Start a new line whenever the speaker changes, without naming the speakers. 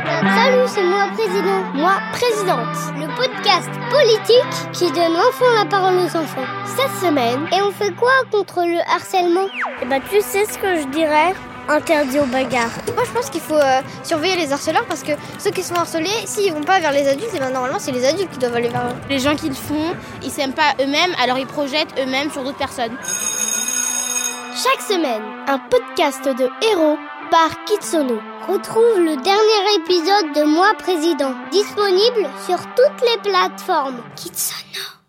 Coucou, c'est moi président. Moi présidente. Le podcast politique qui donne enfin la parole aux enfants. Cette semaine, et on fait quoi contre le harcèlement Eh ben tu sais ce que je dirais Interdit aux bagarres.
Moi, je pense qu'il faut euh, surveiller les harceleurs parce que ceux qui sont harcelés, s'ils vont pas vers les adultes, et ben normalement, c'est les adultes qui doivent aller vers eux.
Les gens qui le font, ils s'aiment pas eux-mêmes, alors ils projettent eux-mêmes sur d'autres personnes.
Chaque semaine, un podcast de héros par Kitsono. Retrouve le dernier épisode de Moi Président, disponible sur toutes les plateformes. Kitsono.